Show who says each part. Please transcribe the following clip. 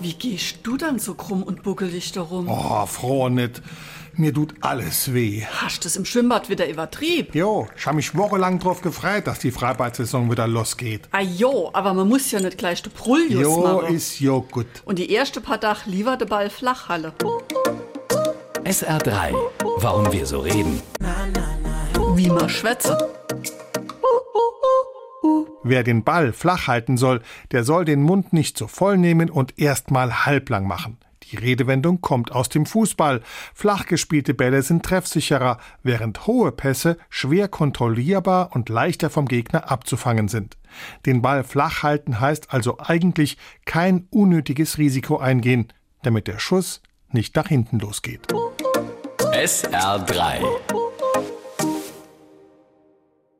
Speaker 1: wie gehst du dann so krumm und buckelig darum?
Speaker 2: Oh, froh nicht. Mir tut alles weh.
Speaker 1: Hast es im Schwimmbad wieder übertrieb?
Speaker 2: Jo, ich hab mich wochenlang drauf gefreut, dass die Freibad-Saison wieder losgeht.
Speaker 1: Ah jo, aber man muss ja nicht gleich de Prullius
Speaker 2: Jo,
Speaker 1: machen.
Speaker 2: ist jo gut.
Speaker 1: Und die erste paar Dach lieber de Ball Flachhalle.
Speaker 3: SR3. Warum wir so reden.
Speaker 1: Wie man schwätze.
Speaker 2: Wer den Ball flach halten soll, der soll den Mund nicht so voll nehmen und erstmal halblang machen. Die Redewendung kommt aus dem Fußball. Flach gespielte Bälle sind treffsicherer, während hohe Pässe schwer kontrollierbar und leichter vom Gegner abzufangen sind. Den Ball flach halten heißt also eigentlich kein unnötiges Risiko eingehen, damit der Schuss nicht nach hinten losgeht.
Speaker 3: SR3.